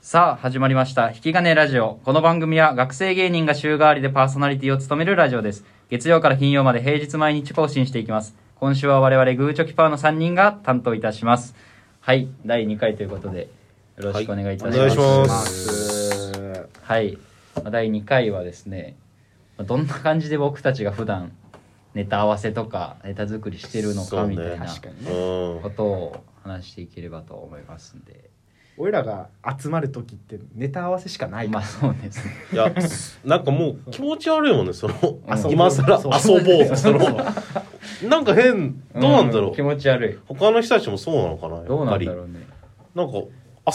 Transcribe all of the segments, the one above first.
さあ始まりました引き金ラジオこの番組は学生芸人が週替わりでパーソナリティを務めるラジオです月曜から金曜まで平日毎日更新していきます今週は我々グーチョキパーの3人が担当いたしますはい第2回ということでよろしくお願いいたします、はいお願いします。はい、まあ第2回はですねまあどんな感じで僕たちが普段ネタ合わせとかネタ作りしてるのそかうねみたいな確かにね。うんことを話していければと思いますんで俺らが集まる時ってネタ合わせしかないかまらあそうですねいやなんかもう気持ち悪いもんねその遊ぼう今更そう遊ぼうそのなんか変どうなんだろんう気持ち悪他の人たちもそうなのかないやどうっなぱんりだなんかろうね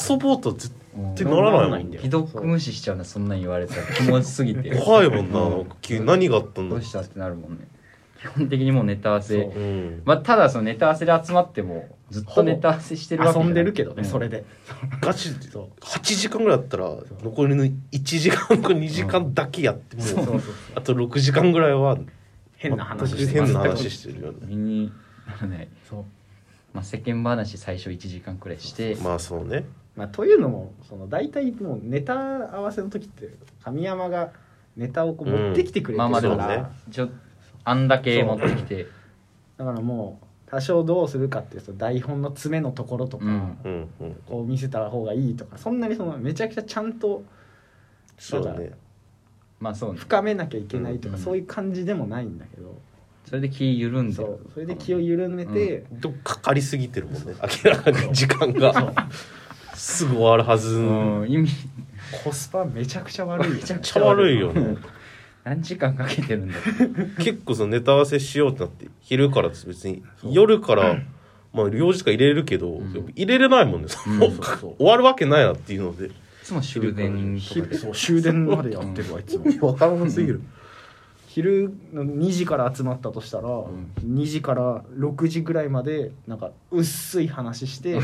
遊ぼうと絶うん対ならないもんねなら既読無視しちゃうなそんなん言われたら気持ちすぎて怖いもんなうんなんか急に何があったんだどろうしたってなるもんね基本的にもうネタ合わせそうううんまあただそのネタ合わせで集まってもずっとネタ合わせしてるわけじゃ遊ないんでるけどね、うんそれで。ガチで8時間ぐらいあったら残りの1時間か2時間だけやってそうもそううそう。あと6時間ぐらいは変な話全く変な話してるよね身にならない、そう。まあ、世間話最初1時間くらいしてまあそうねまあというのもその大体もうネタ合わせの時って神山がネタをこううん持ってきてくれてまあるまかあでもそうねら、ちょあんだけ持ってきてだからもう多少どうするかっていうその台本の詰めのところとかうんうんうんこう見せた方がいいとかそんなにそのめちゃくちゃちゃんとそうねまあそうね深めなきゃいけないとかうんそういう感じでもないんだけど、それで気緩んでそるうそれで気を緩めて、でもかかりすぎてるもんね明らかに時間がすぐ終わるはずうん意味コスパめちゃくちゃ悪いよねめっ ちゃ悪いようねん何時間かけてるんだって結構そのネタ合わせしようってなって昼からです別に夜からまあ用事とか入れるけど、んでも入れれないもんね、そのうん 終わるわけないなっていうのでいつも終電とかでそう終電までやってるわいつも分からなすぎる昼の2時から集まったとしたら、ん2時から6時ぐらいまでなんか薄い話して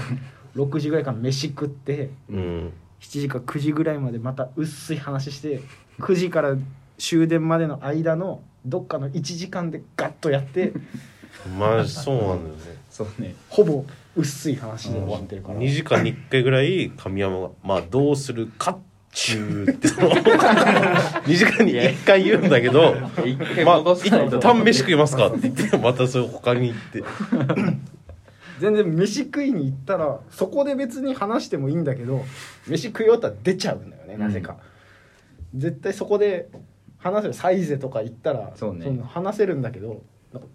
6時ぐらいから飯食ってうん7時から9時ぐらいまでまた薄い話して9時から終電までの間のどっかの1時間でガッとやってまあそうなんだよねそうねほぼ薄い話で終わってるから2時間に1回ぐらい神山が「まあどうするかっちゅう」ってその2時間に1回言うんだけど一回まあ戻さないと一旦飯食いますかって言ってまたそれ他に行って全然飯食いに行ったらそこで別に話してもいいんだけど飯食い終わったら出ちゃうんだよねなぜか、絶対そこで話せるサイゼとか行ったらそうねの話せるんだけどなんか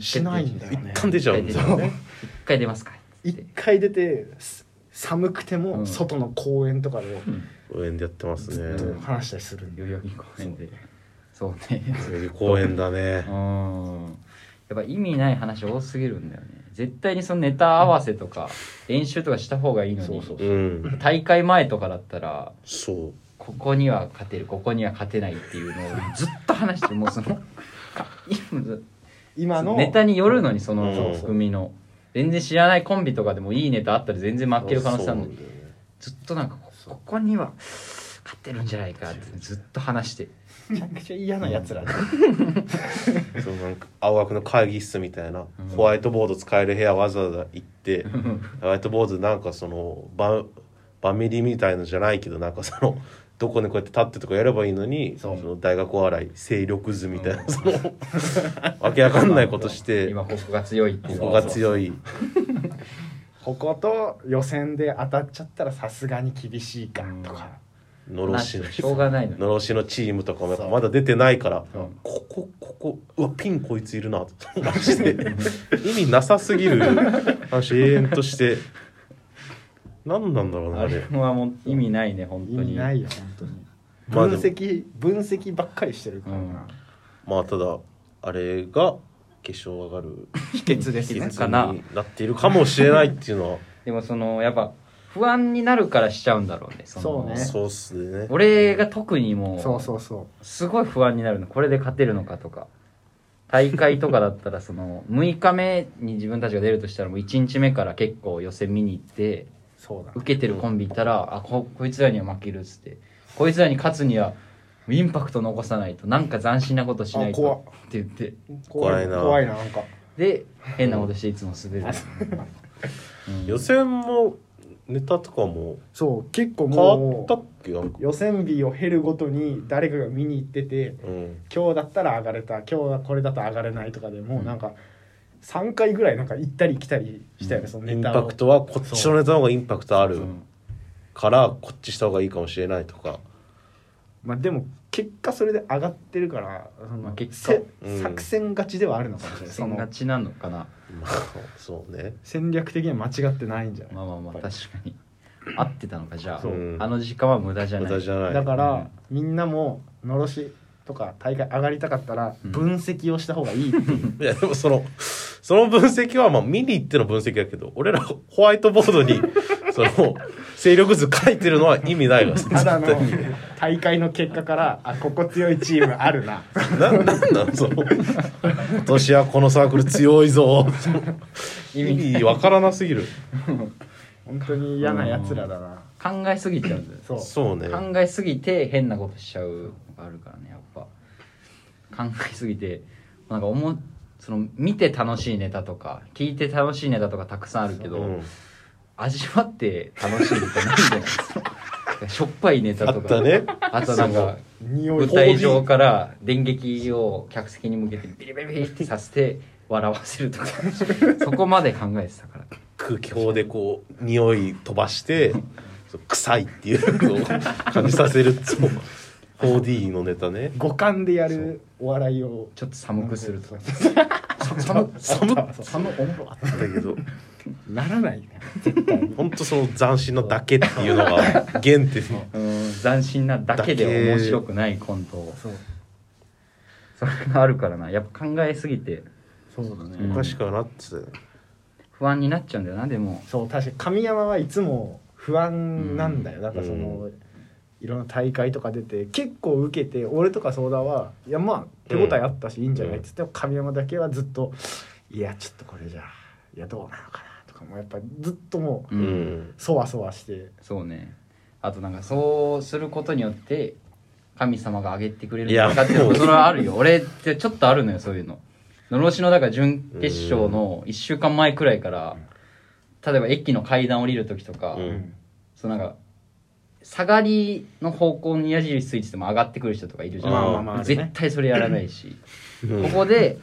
しないんだよね一旦出ちゃうんだよね一回出ますか一回出てす寒くてうもん外の公園とかで応援でやってますずっとね話したりするんだ代よ、々木公園でそうね公園だねうんやっぱ意味ない話多すぎるんだよね絶対にそのネタ合わせとか練習とかした方がいいのそにうそううん大会前とかだったらそうここには勝てるここには勝てないっていうのをずっと話してるもうそのか今今のネタによるのにそうんの組の全然知らないコンビとかでもいいネタあったら全然負ける可能性あるのにそうなんだよねずっとなんかこここには勝ってるんじゃないかってずっと話してめちゃくちゃ嫌なやつらだ、そのなんか青学の会議室みたいな、うんホワイトボード使える部屋わざわざ行ってんホワイトボードなんかそのババミリみたいのじゃないけどなんかそのどこにこうやって立ってとかやればいいのにそそうの大学お笑い勢力図みたいな、 そのわけわかんないことして今ここが強いっていこうこが強いここと予選で当たっちゃったらさすがに厳しいかとか、のろしのしょうがないのにのろしのチームとかもやっぱまだ出てないからそうここここうわピンこいついるなマジで 意味なさすぎる話永遠として何なんだろうなああれれはもう意味ないね本意当味にないよ本当にまあ分でも析、分析ばっかりしてるからな、うんまあただあれが化粧上がる秘訣です秘ね訣かなになっているかもしれないっていうのはでもそのやっぱ不安になるからしちゃうんだろうねのそうねそうっすね俺が特にもうそうそうそすごい不安になるのこれで勝てるのかとか大会とかだったらその6日目に自分たちが出るとしたらもう1日目から結構予選見に行ってうそうだね受けてるコンビいたらあここいつらには負けるっつってこいつらに勝つにはインパクト残さないとなんか斬新なことしないあ怖っとって言って怖いな怖いななんかで変なことしていつも滑る、うん予選もネタとかもそう結構変わもったうっけなんか、予選日を経るごとに誰かが見に行っててうん、今日だったら上がれた今日はこれだと上がれないとかでもうなんか3回ぐらいなんか行ったり来たりしたよねそのイネンタパをクトはこっちのネタの方がインパクトあるうんからこっちした方がいいかもしれないとかまあでも結果それで上がってるからそまあの結果せうん作戦勝ちではあるのかもしれないそそんなの勝ちなのかなまあそうね戦略的には間違ってないんじゃないまあまあまあやっ確ぱかりに合ってたのかじゃあ、そううんあの時間は無駄じゃ無ない駄じゃないだかうらんみんなものろしとか大会上がりたかったらうん分析をした方がいいっていういやでもそのその分析はまあ見に行っての分析だけど俺らホワイトボード にその勢力図書いてるのは意味ないわただの絶対に大会の結果からあここ強いチームあるなななんなんその今年はこのサークル強 いぞ意味わからなすぎる本当に嫌なやつらだな考えすぎちゃうんだよそうそうね考えすぎて変なことしちゃうのがあるからねやっぱ考えすぎてなんか思うその見て楽しいネタとか聞いて楽しいネタとかたくさんあるけど、うん味わって楽しいネタないじゃないですかしょっぱいネタあとっかたねあとなんか匂い舞台上から電撃を客席に向けてビリビリビリってさせて笑わせるとかそこまで考えてたから空気砲でこう匂い飛ばしてそう臭いっていうのを感じさせるそう 4D のネタね五感でやるお笑いをちょっと寒くする とか寒寒っ寒おもろだけどならないね絶対に本当その斬新なだけっていうのが原点うん斬新なだけで面白くないコントを そうそれがあるからなやっぱ考えすぎてそうだうんおかしくはなってたよね不安になっちゃうんだよなでもそう確かに神山はいつも不安なんだよ、うんなんかその、ういろんな大会とか出て結構受けて俺とか相談はいやまあ手応えあったしいいんじゃないっつっても神山だけはずっといやちょっとこれじゃいやどうなのかなとかもやっぱずっともううんんうそわそわしてそうねあとなんかそうすることによって神様が上げてくれるいやのかっていうものうそれはあるよ俺ってちょっとあるのよそういうののろしのだから準決勝の1週間前くらいから例えば駅の階段降りる時とか、うんそのなんか下がりの方向に矢印ついてても上がってくる人とかいるじゃん、まあまあまああるね絶対それやらないし、うんここで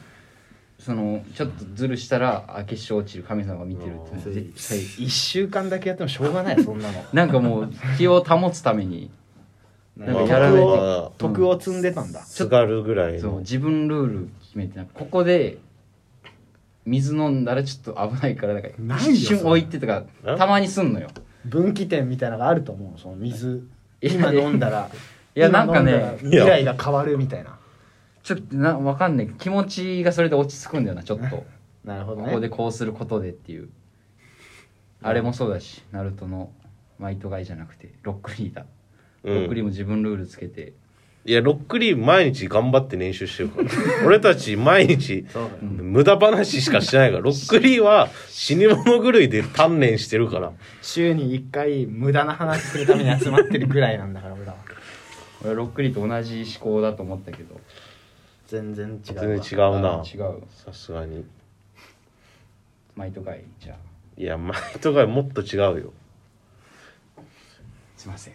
そのちょっとずるしたらあ決勝落ちる神様が見てるっていうのは絶対1週間だけやってもしょうがないよそん なのなんかもう気を保つためになんかやらないまとあまあまあ徳を積んでたんだ、すがるぐらいそうの自分ルール決めてなんかここで水飲んだらちょっと危ないからなんかないよ一瞬それ置いてとかえたまにすんのよ分岐点みたいなのがあると思うその水いや今飲んだらいや今なんかね飲だら未来が変わるみたいなちょっとなわかんない気持ちがそれで落ち着くんだよなちょっとなるほどこねこでこうすることでっていうあれもそうだしナルトのマイトガイじゃなくてロックリーだ、うんロックリーも自分ルールつけていやロックリー毎日頑張って練習してるから 俺たち毎日そうだよ無駄話しかしてないからロックリーは死に物狂いで鍛錬してるから週に1回無駄な話するために集まってるぐらいなんだから俺らは俺はロックリーと同じ思考だと思ったけど全然違うわ全然違うなあ違うさすがにマイトガイじゃあいや前とかもっと違うよすいません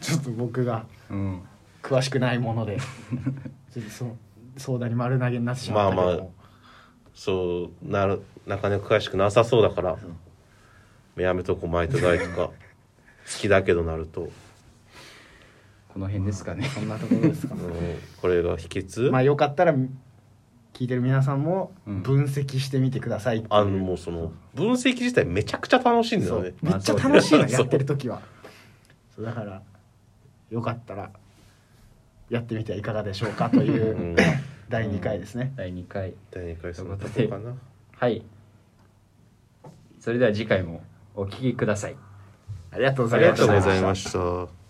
ちょっと僕がうん詳しくないものでちょっとそ相談に丸投げになってしまったけども、まあまそうなるなかなか詳しくなさそうだからやめとこ前とかいとか好きだけどなると、この辺ですかねそんな ところですかうんこれが秘訣、まあよかったら聞いてる皆さんもうん分析してみてくださいっていうあのもうその分析自体めちゃくちゃ楽しいんだそようねめっちゃ楽しまいのあそうやってる 時はそうだからよかったらやってみてはいかがでしょうかといううん第2回ですね、 第2回第2回そのとこかなはいそれでは次回もお聞きくださいありがとうごあざりいがましたとうございました